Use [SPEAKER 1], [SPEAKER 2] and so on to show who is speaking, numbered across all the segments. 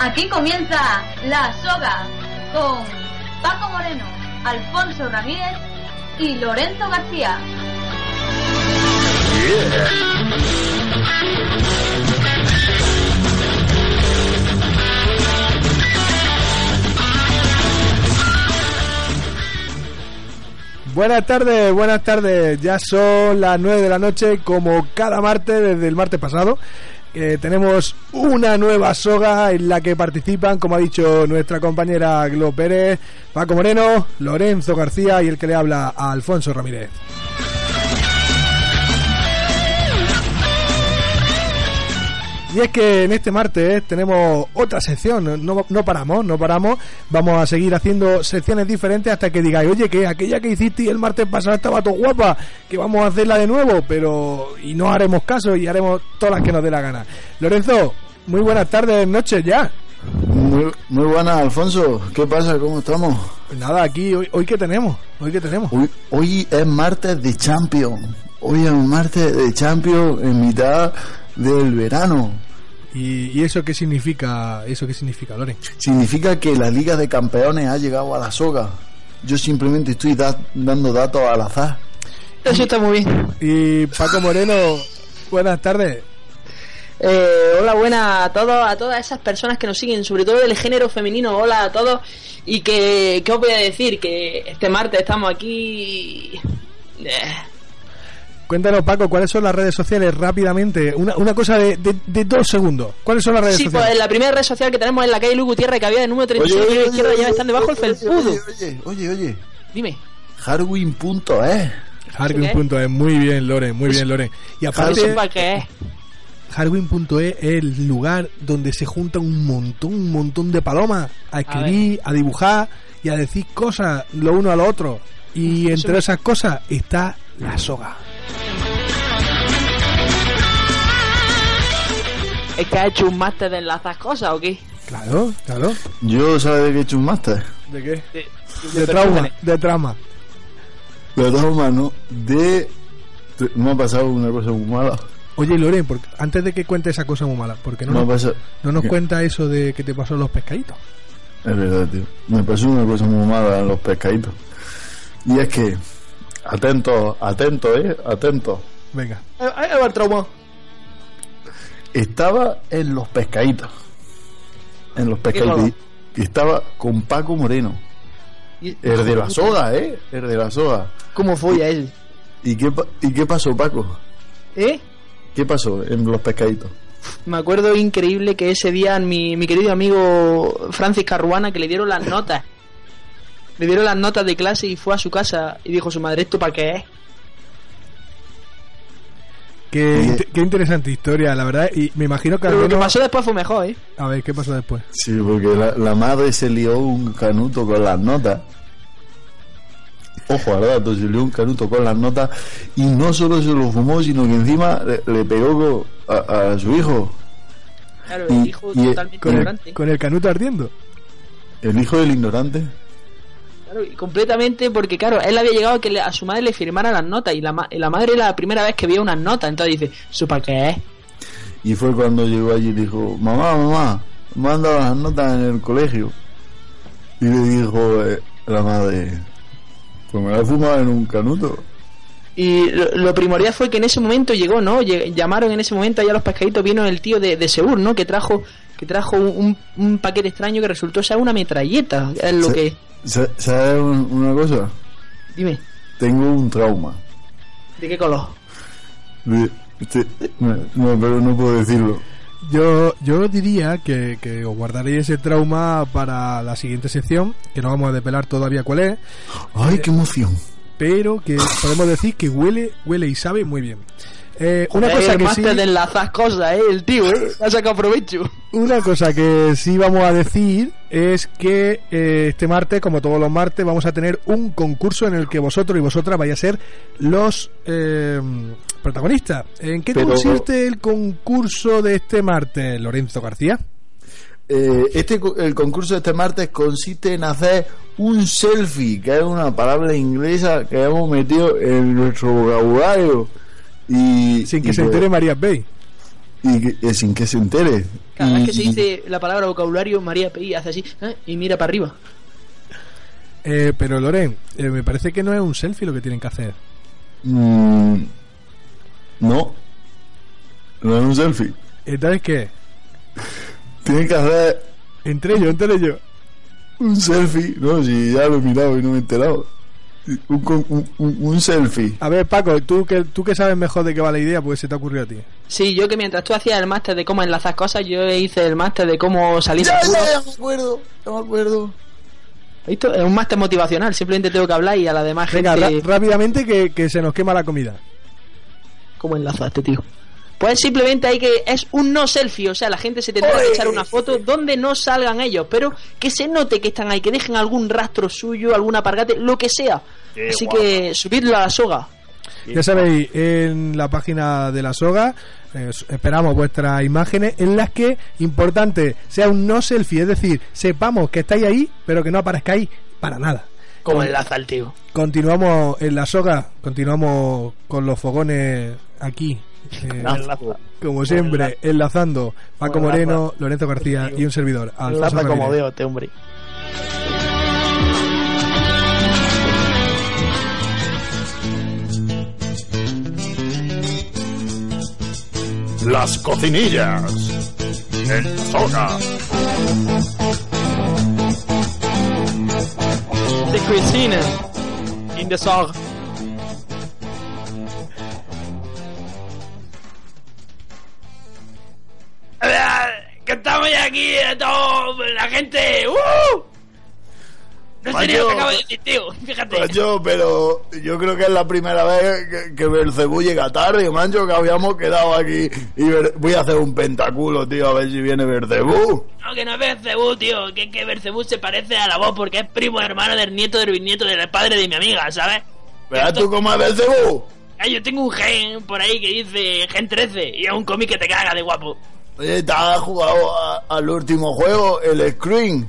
[SPEAKER 1] Aquí comienza La Soga con Paco Moreno, Alfonso Ramírez y Lorenzo García.
[SPEAKER 2] Buenas tardes, buenas tardes. Ya son las 9 de la noche, como cada martes desde el martes pasado. Eh, tenemos una nueva soga en la que participan, como ha dicho nuestra compañera Glo Pérez, Paco Moreno, Lorenzo García y el que le habla a Alfonso Ramírez. Y es que en este martes tenemos otra sección, no, no paramos, no paramos, vamos a seguir haciendo secciones diferentes hasta que digáis, oye, que aquella que hiciste el martes pasado estaba todo guapa, que vamos a hacerla de nuevo, pero... y no haremos caso y haremos todas las que nos dé la gana. Lorenzo, muy buenas tardes, noches ya.
[SPEAKER 3] Muy, muy buenas, Alfonso. ¿Qué pasa? ¿Cómo estamos?
[SPEAKER 2] Pues Nada, aquí, hoy, hoy que tenemos, hoy que tenemos.
[SPEAKER 3] Hoy, hoy es martes de Champion. Hoy es un martes de Champion en mitad del verano.
[SPEAKER 2] ¿Y, y eso qué significa, eso qué significa, Loren?
[SPEAKER 3] Significa que la Liga de Campeones ha llegado a la soga. Yo simplemente estoy da- dando datos al azar.
[SPEAKER 4] Eso está muy bien.
[SPEAKER 2] Y Paco Moreno, buenas tardes.
[SPEAKER 4] Eh, hola, buena a todos, a todas esas personas que nos siguen, sobre todo del género femenino. Hola a todos. Y que, ¿qué os voy a decir? Que este martes estamos aquí. Eh,
[SPEAKER 2] Cuéntanos, Paco, ¿cuáles son las redes sociales rápidamente? Una, una cosa de, de- de dos segundos. ¿Cuáles son las redes
[SPEAKER 4] Sí,
[SPEAKER 2] sociales?
[SPEAKER 4] pues la primera red social que tenemos es la calle Luis Gutiérrez, que había de número
[SPEAKER 3] Oye,
[SPEAKER 4] 35 y la
[SPEAKER 3] oye,
[SPEAKER 4] izquierda ya están debajo el
[SPEAKER 3] oye,
[SPEAKER 4] felpudo.
[SPEAKER 3] Oye, oye, oye.
[SPEAKER 4] Dime.
[SPEAKER 3] Harwin.es.
[SPEAKER 2] Harwin.es,
[SPEAKER 4] ¿qué?
[SPEAKER 2] muy bien, Loren, muy bien, Loren. Y
[SPEAKER 3] Ah,
[SPEAKER 2] aparte,
[SPEAKER 4] ¿Eso para qué es?
[SPEAKER 2] Harwin.es es el lugar donde se junta un montón, un montón de palomas a escribir, a, dibujar y a decir cosas lo uno a lo otro. Y entre esas cosas está la soga.
[SPEAKER 4] ¿Es que ha hecho un máster de enlazas cosas o qué?
[SPEAKER 2] Claro, claro.
[SPEAKER 3] Yo, ¿sabes de qué he hecho un máster?
[SPEAKER 2] ¿De qué?
[SPEAKER 4] De,
[SPEAKER 2] De trauma,
[SPEAKER 4] Eh,
[SPEAKER 2] de trauma.
[SPEAKER 3] De dos humanos. De. de- Me ha pasado una cosa muy mala.
[SPEAKER 2] Oye, Loren, por- antes de que cuente esa cosa muy mala, porque no,
[SPEAKER 3] Me ha
[SPEAKER 2] nos-
[SPEAKER 3] pasado.
[SPEAKER 2] no nos
[SPEAKER 3] ¿Qué?
[SPEAKER 2] cuenta eso de que te pasó los pescaditos.
[SPEAKER 3] Es verdad, tío. Me pasó una cosa muy mala en los pescaditos. Y es que, atento, atento, eh, atento.
[SPEAKER 2] Venga.
[SPEAKER 4] Ahí va eh, el trauma.
[SPEAKER 3] Estaba en los pescaditos. En los pescaditos.
[SPEAKER 4] raro.
[SPEAKER 3] Y estaba con Paco Moreno.
[SPEAKER 4] Y-
[SPEAKER 3] El de la soga, eh. El de la soga.
[SPEAKER 4] ¿Cómo folla él?
[SPEAKER 3] ¿Y qué, pa- ¿Y qué pasó, Paco?
[SPEAKER 4] ¿Eh?
[SPEAKER 3] ¿Qué pasó en los pescaditos?
[SPEAKER 4] Me acuerdo increíble que ese día mi, mi querido amigo Francis Carruana que le dieron las notas. Le dieron las notas de clase y fue a su casa y dijo su madre, ¿esto para qué es?
[SPEAKER 2] Qué,
[SPEAKER 3] Oye.
[SPEAKER 2] inte- qué interesante historia, la verdad. Y me imagino que al
[SPEAKER 4] Pero lo que
[SPEAKER 2] menos-
[SPEAKER 4] pasó después fue mejor, ¿eh?
[SPEAKER 2] A ver, ¿qué pasó después?
[SPEAKER 3] Sí, porque la, la madre se lió un canuto con las notas. Ojo, al dato, se lió un canuto con las notas y no solo se lo fumó, sino que encima le, le pegó co- a, a su hijo.
[SPEAKER 4] Claro,
[SPEAKER 3] Y-
[SPEAKER 4] el hijo
[SPEAKER 3] y-
[SPEAKER 4] totalmente
[SPEAKER 3] con el-
[SPEAKER 4] ignorante.
[SPEAKER 2] Con el canuto ardiendo.
[SPEAKER 3] El hijo del ignorante.
[SPEAKER 4] Claro, y completamente porque, claro, él había llegado a que le- a su madre le firmara las notas y la, ma- la madre era la primera vez que veía unas notas. Entonces dice, ¿eso para qué es?
[SPEAKER 3] Y fue cuando llegó allí y dijo, mamá, mamá, me han dado las notas en el colegio. Y le dijo eh, la madre, pues me la he fumado en un canuto.
[SPEAKER 4] Y lo, lo primordial fue que en ese momento llegó, ¿no? Lle- llamaron en ese momento allá a los pescaditos, vino el tío de, de Seúl, ¿no? Que trajo que trajo un, un- un paquete extraño que resultó ser una metralleta. Es lo
[SPEAKER 3] Sí.
[SPEAKER 4] que...
[SPEAKER 3] Sa- ¿Sabes un- una cosa?
[SPEAKER 4] Dime,
[SPEAKER 3] Tengo un trauma.
[SPEAKER 4] ¿de qué color?
[SPEAKER 3] De- te- no, no, pero no puedo decirlo.
[SPEAKER 2] Yo, yo diría que, que os guardaréis ese trauma para la siguiente sección, que no vamos a depelar todavía cuál es,
[SPEAKER 3] ¡Ay, qué emoción!
[SPEAKER 2] pero que podemos decir que huele, huele y sabe muy bien. Eh, una
[SPEAKER 4] Eh,
[SPEAKER 2] cosa que
[SPEAKER 4] el
[SPEAKER 2] sí,
[SPEAKER 4] máster de enlazas cosas, ¿eh? El tío, ¿eh? Ha sacado provecho.
[SPEAKER 2] Una cosa que sí vamos a decir es que eh, este martes, como todos los martes, vamos a tener un concurso en el que vosotros y vosotras vais a ser los eh, protagonistas. ¿En qué
[SPEAKER 3] Pero-
[SPEAKER 2] consiste el concurso de este martes, Lorenzo García?
[SPEAKER 3] Eh, este, co- el concurso de este martes consiste en hacer un selfie, que es una palabra inglesa que hemos metido en nuestro vocabulario. Y,
[SPEAKER 2] Sin
[SPEAKER 3] y
[SPEAKER 2] que se
[SPEAKER 3] pues-
[SPEAKER 2] entere María Bay.
[SPEAKER 3] y que- eh, sin que se entere.
[SPEAKER 4] Cada
[SPEAKER 3] Y-
[SPEAKER 4] vez que
[SPEAKER 2] Mm.
[SPEAKER 4] se dice la palabra vocabulario, María P.I. hace así ¿eh? y mira para arriba.
[SPEAKER 2] Eh, pero Loren, eh, me parece que no es un selfie lo que tienen que hacer.
[SPEAKER 3] Mm, no. No es un selfie.
[SPEAKER 2] Entonces, ¿qué?
[SPEAKER 3] Tienen que hacer
[SPEAKER 2] Entre ellos, entre ellos.
[SPEAKER 3] un selfie. No, si ya lo he mirado y no me he enterado. Un, con- un- un- un selfie.
[SPEAKER 2] A ver, Paco, ¿tú que, tú que sabes mejor de qué va la idea, porque se te ha ocurrido a ti.
[SPEAKER 4] Sí, yo que mientras tú hacías el máster de cómo enlazas cosas, yo hice el máster de cómo salir de apuros.
[SPEAKER 3] me acuerdo. Ya me acuerdo.
[SPEAKER 4] ¿Listo? Es un máster motivacional, simplemente tengo que hablar y a la demás
[SPEAKER 2] Venga, ra-
[SPEAKER 4] gente
[SPEAKER 2] rápidamente que, que se nos quema la comida.
[SPEAKER 4] cómo enlaza este tío. Pues simplemente hay que. Es un no selfie, o sea, la gente se tendrá que echar una foto donde no salgan ellos, pero que se note que están ahí, que dejen algún rastro suyo, algún apargate, lo que sea. Así que subidlo a la soga.
[SPEAKER 2] Ya sabéis, en la página de la soga eh, esperamos vuestras imágenes en las que, importante, sea un no selfie, es decir, sepamos que estáis ahí, pero que no aparezcáis para nada.
[SPEAKER 4] Como enlaza el tío.
[SPEAKER 2] Continuamos en la soga, continuamos con los fogones aquí. eh, como siempre, enlazando Paco
[SPEAKER 4] Como enlaza.
[SPEAKER 2] Moreno, Lorenzo García y un servidor. Alfonso
[SPEAKER 4] Enlaza como
[SPEAKER 2] Ramírez.
[SPEAKER 4] veo este hombre.
[SPEAKER 5] Las cocinillas. En la soga.
[SPEAKER 4] The cuisine in the song.
[SPEAKER 6] que estamos ya aquí eh, todo, la gente. ¡Uh! No sé ni lo que
[SPEAKER 3] Macho.
[SPEAKER 6] acabo de decir, tío. Fíjate.
[SPEAKER 3] Macho, pero Pues yo creo que es la primera vez que, que Belcebú llega tarde, mancho, que habíamos quedado aquí. Y Ber- voy a hacer un pentaculo, tío, a ver si viene Belcebú.
[SPEAKER 6] No, que no es Bercebú, tío. Que es que Bercebú se parece a la voz porque es primo hermano del nieto del bisnieto del padre de mi amiga, ¿sabes?
[SPEAKER 3] ¿Verás tú cómo es Belcebú?
[SPEAKER 6] Ah, yo tengo un gen por ahí que dice Gen 13 y es un cómic que te caga de guapo.
[SPEAKER 3] Oye, ¿te has jugado a- al último juego, el Screen?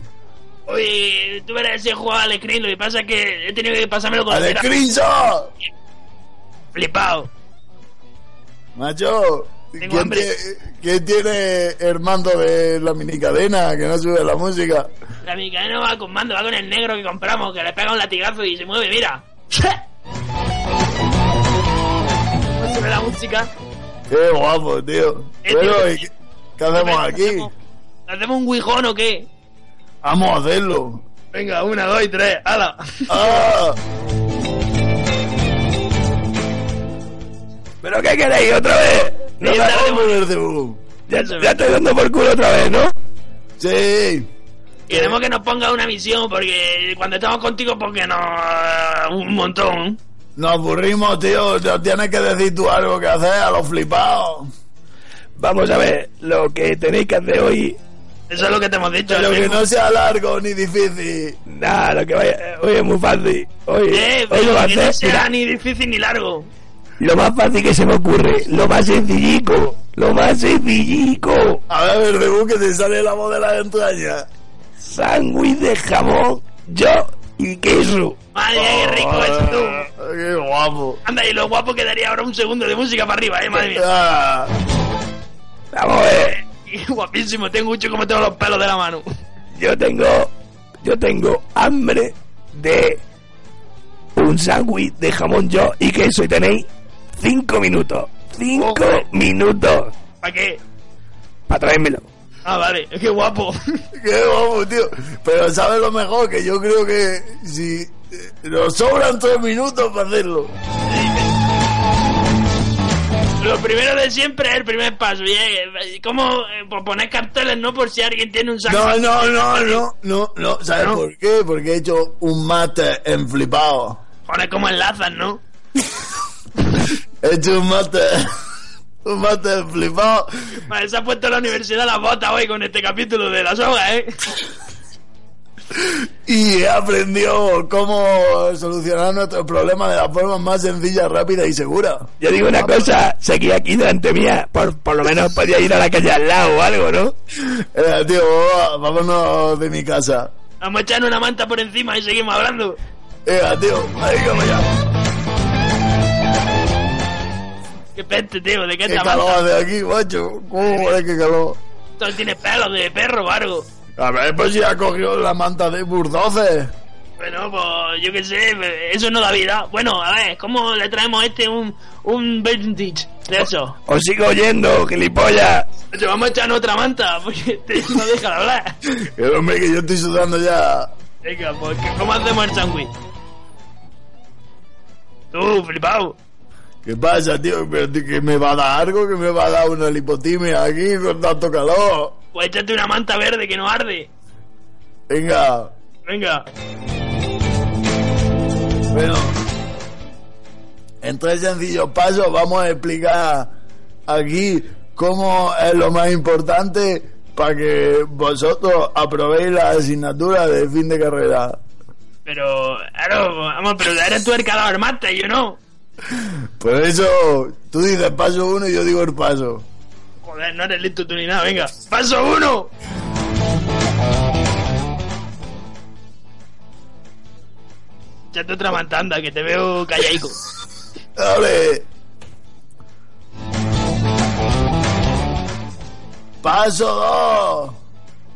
[SPEAKER 6] Uy, tú verás si he jugado al screen, lo que pasa es que he tenido que pasármelo con
[SPEAKER 3] ¡Al
[SPEAKER 6] cera.
[SPEAKER 3] Screenshot!
[SPEAKER 6] flipado.
[SPEAKER 3] Macho,
[SPEAKER 6] Tengo
[SPEAKER 3] ¿quién,
[SPEAKER 6] hambre.
[SPEAKER 3] tie- quién tiene el mando de la minicadena que no sube la música?
[SPEAKER 6] La micadena va con mando, va con el negro que compramos, que le pega un latigazo y se mueve, mira. Pues sube la música.
[SPEAKER 3] ¡Qué guapo, tío!
[SPEAKER 6] Eh,
[SPEAKER 3] Bueno,
[SPEAKER 6] tío,
[SPEAKER 3] ¿y qué, qué hacemos aquí?
[SPEAKER 6] ¿Hacemos un guijón o qué?
[SPEAKER 3] Vamos a hacerlo.
[SPEAKER 6] Venga, una, dos y tres, ala.
[SPEAKER 3] ¡Ah!
[SPEAKER 5] ¿Pero qué queréis otra vez?
[SPEAKER 3] ¡No me vamos, Belcebú!
[SPEAKER 5] Ya, ya estoy dando por culo otra vez, ¿no?
[SPEAKER 3] ¡Sí!
[SPEAKER 6] Queremos que nos ponga una misión porque cuando estamos contigo, pues porque no. eh, un montón.
[SPEAKER 3] Nos aburrimos, tío. Te tienes que decir tú algo que hacer a los flipados.
[SPEAKER 5] Vamos a ver, lo que tenéis que hacer hoy.
[SPEAKER 6] Eso es lo que te hemos dicho.
[SPEAKER 3] Pero que
[SPEAKER 6] amigo.
[SPEAKER 3] no sea largo ni difícil.
[SPEAKER 5] Nada, lo que vaya. Hoy es Eh, muy fácil. Hoy,
[SPEAKER 6] Eh,
[SPEAKER 5] hoy lo
[SPEAKER 6] pero
[SPEAKER 5] va a
[SPEAKER 6] que no
[SPEAKER 5] hacer.
[SPEAKER 6] sea
[SPEAKER 5] mira,
[SPEAKER 6] ni difícil ni largo.
[SPEAKER 5] lo más fácil que se me ocurre. Lo más sencillico. Lo más sencillico.
[SPEAKER 3] A ver, Verdebú, que te sale la voz de las entrañas.
[SPEAKER 5] Sándwich de jamón, yo y queso.
[SPEAKER 6] Madre, mía, qué rico es
[SPEAKER 3] Ah,
[SPEAKER 6] tú.
[SPEAKER 3] ¡Qué guapo!
[SPEAKER 6] Anda, y lo guapo quedaría ahora un segundo de música para arriba, eh, madre mía.
[SPEAKER 3] Ah,
[SPEAKER 5] Vamos a ver.
[SPEAKER 6] Guapísimo, tengo mucho como tengo los pelos de la mano.
[SPEAKER 5] Yo tengo. Yo tengo hambre de un sándwich de jamón, yo y queso. Y tenéis cinco minutos. Cinco
[SPEAKER 6] Ojo.
[SPEAKER 5] minutos
[SPEAKER 6] ¿Para qué?
[SPEAKER 5] para traérmelo.
[SPEAKER 6] Ah, vale, qué guapo.
[SPEAKER 3] ¡Qué guapo, tío! Pero sabes lo mejor, que yo creo que si eh, nos sobran tres minutos para hacerlo.
[SPEAKER 6] lo primero de siempre es el primer paso. Y como poner carteles, ¿no? Por si alguien tiene un saco.
[SPEAKER 3] No, no, no, no, no, no. ¿Sabes
[SPEAKER 6] No.
[SPEAKER 3] por qué? Porque he hecho un máster en flipado.
[SPEAKER 6] Pone como enlazan, ¿no?
[SPEAKER 3] He hecho un máster. Un máster en flipado.
[SPEAKER 6] Vale, se ha puesto la universidad la bota hoy con este capítulo de la soga, ¿eh?
[SPEAKER 3] Y he aprendido cómo solucionar nuestros problemas de la forma más sencilla, rápida y segura.
[SPEAKER 5] Yo digo una cosa, seguí aquí delante mía. Por, por lo menos podía ir a la calle al lado o algo, ¿no?
[SPEAKER 3] Eh, tío, vamos- vámonos de mi casa.
[SPEAKER 6] Vamos a echar una manta por encima y seguimos hablando.
[SPEAKER 3] Eh, tío, ahí que me llamo.
[SPEAKER 6] Qué peste, tío, ¿de qué
[SPEAKER 3] Qué
[SPEAKER 6] te
[SPEAKER 3] calor
[SPEAKER 6] hablas?
[SPEAKER 3] hace aquí, macho. Joder, qué calor.
[SPEAKER 6] Todo tiene pelos de perro o algo.
[SPEAKER 3] A ver, pues si ha cogido la manta de Burdoce.
[SPEAKER 6] Bueno, pues yo qué sé, eso no da vida. Bueno, a ver, ¿cómo le traemos a este un, un vintage de eso?
[SPEAKER 5] Os sigo oyendo, gilipollas.
[SPEAKER 6] Oye, vamos a echar otra manta, porque este no deja de hablar.
[SPEAKER 3] El hombre que yo estoy sudando ya.
[SPEAKER 6] Venga, pues ¿qué- ¿cómo hacemos el sándwich? Tú, flipado.
[SPEAKER 3] ¿Qué pasa, tío? ¿Pero tío, que me va a dar algo? ¿Que me va a dar una lipotimia aquí con tanto calor?
[SPEAKER 6] Pues échate una manta verde que no arde.
[SPEAKER 3] Venga,
[SPEAKER 6] Venga.
[SPEAKER 3] bueno. En tres sencillos pasos vamos a explicar aquí cómo es lo más importante para que vosotros aprobéis la asignatura de fin de carrera.
[SPEAKER 6] Pero, claro, vamos, pero eres tú el que ha dado el mate, yo no.
[SPEAKER 3] Por eso, tú dices paso uno y yo digo el paso.
[SPEAKER 6] Joder, no eres listo tú ni nada, venga. ¡Paso uno! Echate otra mantanda, que te veo callaico.
[SPEAKER 3] ¡Dale! Paso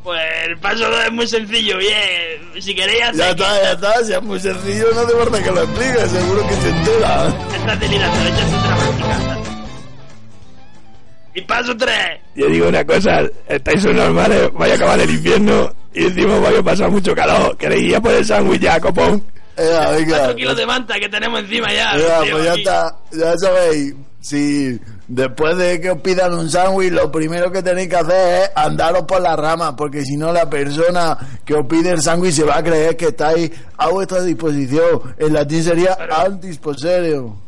[SPEAKER 6] Pues el paso dos es muy sencillo, bien. Si queréis
[SPEAKER 3] 2. Ya
[SPEAKER 6] hacer
[SPEAKER 3] está, ya está. Si es muy sencillo, no te falta que lo expliques. Seguro que se entera.
[SPEAKER 6] estás delirando, échate otra mantanda. Y paso tres.
[SPEAKER 5] Yo digo una cosa, estáis son normales, vaya a acabar el invierno y encima vaya a pasar mucho calor. ¿Queréis ir a por el sándwich ya, copón?
[SPEAKER 3] Venga, venga.
[SPEAKER 6] Cuatro kilos de manta que tenemos encima ya.
[SPEAKER 3] Venga,
[SPEAKER 6] tío,
[SPEAKER 3] pues ya
[SPEAKER 6] aquí.
[SPEAKER 3] está. Ya sabéis. Si después de que os pidan un sándwich, lo primero que tenéis que hacer es andaros por las ramas. Porque si no, la persona que os pide el sándwich se va a creer que estáis a vuestra disposición. En latín sería al disposerio.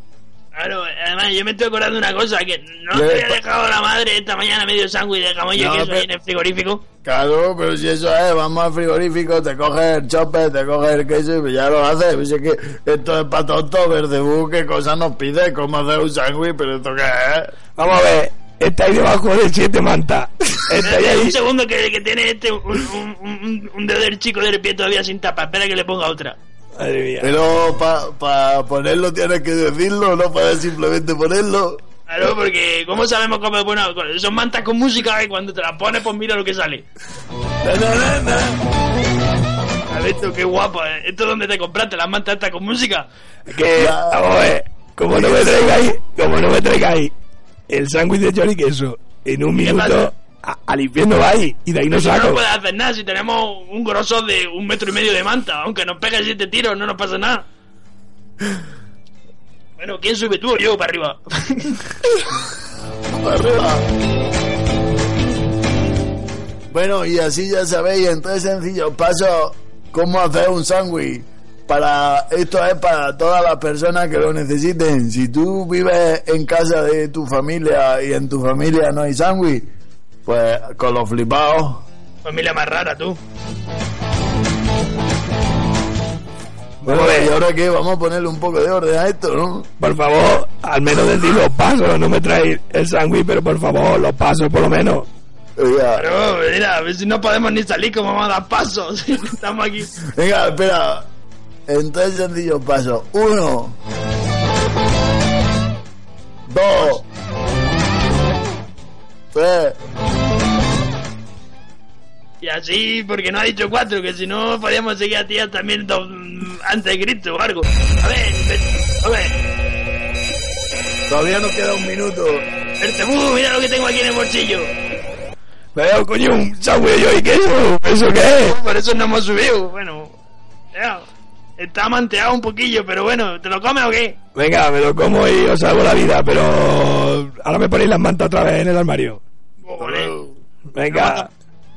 [SPEAKER 6] Claro, además yo me estoy acordando de una cosa, que no
[SPEAKER 3] Ya
[SPEAKER 6] te había
[SPEAKER 3] está.
[SPEAKER 6] dejado la madre esta mañana medio sándwich de jamón y
[SPEAKER 3] No,
[SPEAKER 6] queso
[SPEAKER 3] pero-
[SPEAKER 6] ahí en el frigorífico.
[SPEAKER 3] Claro, pero si eso es, vamos al frigorífico, te coges el chope, te coges el queso y pues ya lo haces. Pues es que esto es para tonto, verdebú, qué cosa nos pide, cómo hacer un sándwich, pero esto qué es.
[SPEAKER 5] Vamos a ver, estáis debajo de siete mantas. Estáis
[SPEAKER 6] Espera,
[SPEAKER 5] ahí.
[SPEAKER 6] un segundo que, que tiene este un, un- un- un dedo del chico del pie todavía sin tapa. Espera que le ponga otra.
[SPEAKER 5] Madre mía.
[SPEAKER 3] Pero para ponerlo tienes que decirlo, no para simplemente ponerlo.
[SPEAKER 6] Claro, porque ¿cómo sabemos cómo bueno, son mantas con música y cuando te las pones pues mira lo que sale.
[SPEAKER 3] Na, na, na, na.
[SPEAKER 6] A ver, esto qué guapo, ¿eh? ¿Esto dónde te compraste las mantas estas con música?
[SPEAKER 5] Que, vamos a ver, como no me traigáis, como no me traigáis el sándwich de chorizo y queso en un
[SPEAKER 6] pasa?
[SPEAKER 5] minuto, a- al infierno vais y de ahí no
[SPEAKER 3] Ah,
[SPEAKER 6] Eso no
[SPEAKER 5] saco.
[SPEAKER 6] puedes hacer nada si tenemos un grosor de un metro y medio de manta. Aunque nos pegue siete tiros, no nos pasa nada. Bueno, ¿quién sube tú o yo para arriba?
[SPEAKER 3] Arriba. Bueno, y así ya sabéis, en tres sencillos pasos, cómo hacer un sándwich. Para, esto es para todas las personas que lo necesiten. Si tú vives en casa de tu familia y en tu familia no hay sándwich, pues con los flipados.
[SPEAKER 6] Familia más rara, tú.
[SPEAKER 3] Bueno, y ahora que vamos a ponerle un poco de orden a esto, ¿no?
[SPEAKER 5] Por favor, al menos decir los pasos, no me traéis el sándwich, pero por favor, los pasos por lo menos.
[SPEAKER 3] Oiga,
[SPEAKER 6] Pero, mira, a ver si no podemos ni salir como vamos a dar pasos. Estamos aquí.
[SPEAKER 3] Venga, espera. En tres sencillos pasos. Uno. Dos. Tres.
[SPEAKER 6] Y así, porque no ha dicho cuatro, que si no podíamos seguir a ti también do- antes de Cristo o algo. A ver, ve- a ver,
[SPEAKER 3] Todavía nos queda un minuto.
[SPEAKER 6] Bertemú, mira lo que tengo aquí en el bolsillo.
[SPEAKER 5] Veo, coño, un sándwich de chorizo y queso, ¿eso qué es?
[SPEAKER 6] Por eso no hemos subido, bueno. Ya, Está manteado un poquillo, pero bueno, ¿te lo comes o qué?
[SPEAKER 5] Venga, me lo como y os salvo la vida, pero ahora me ponéis las mantas otra vez en el armario.
[SPEAKER 6] Ole.
[SPEAKER 5] Venga.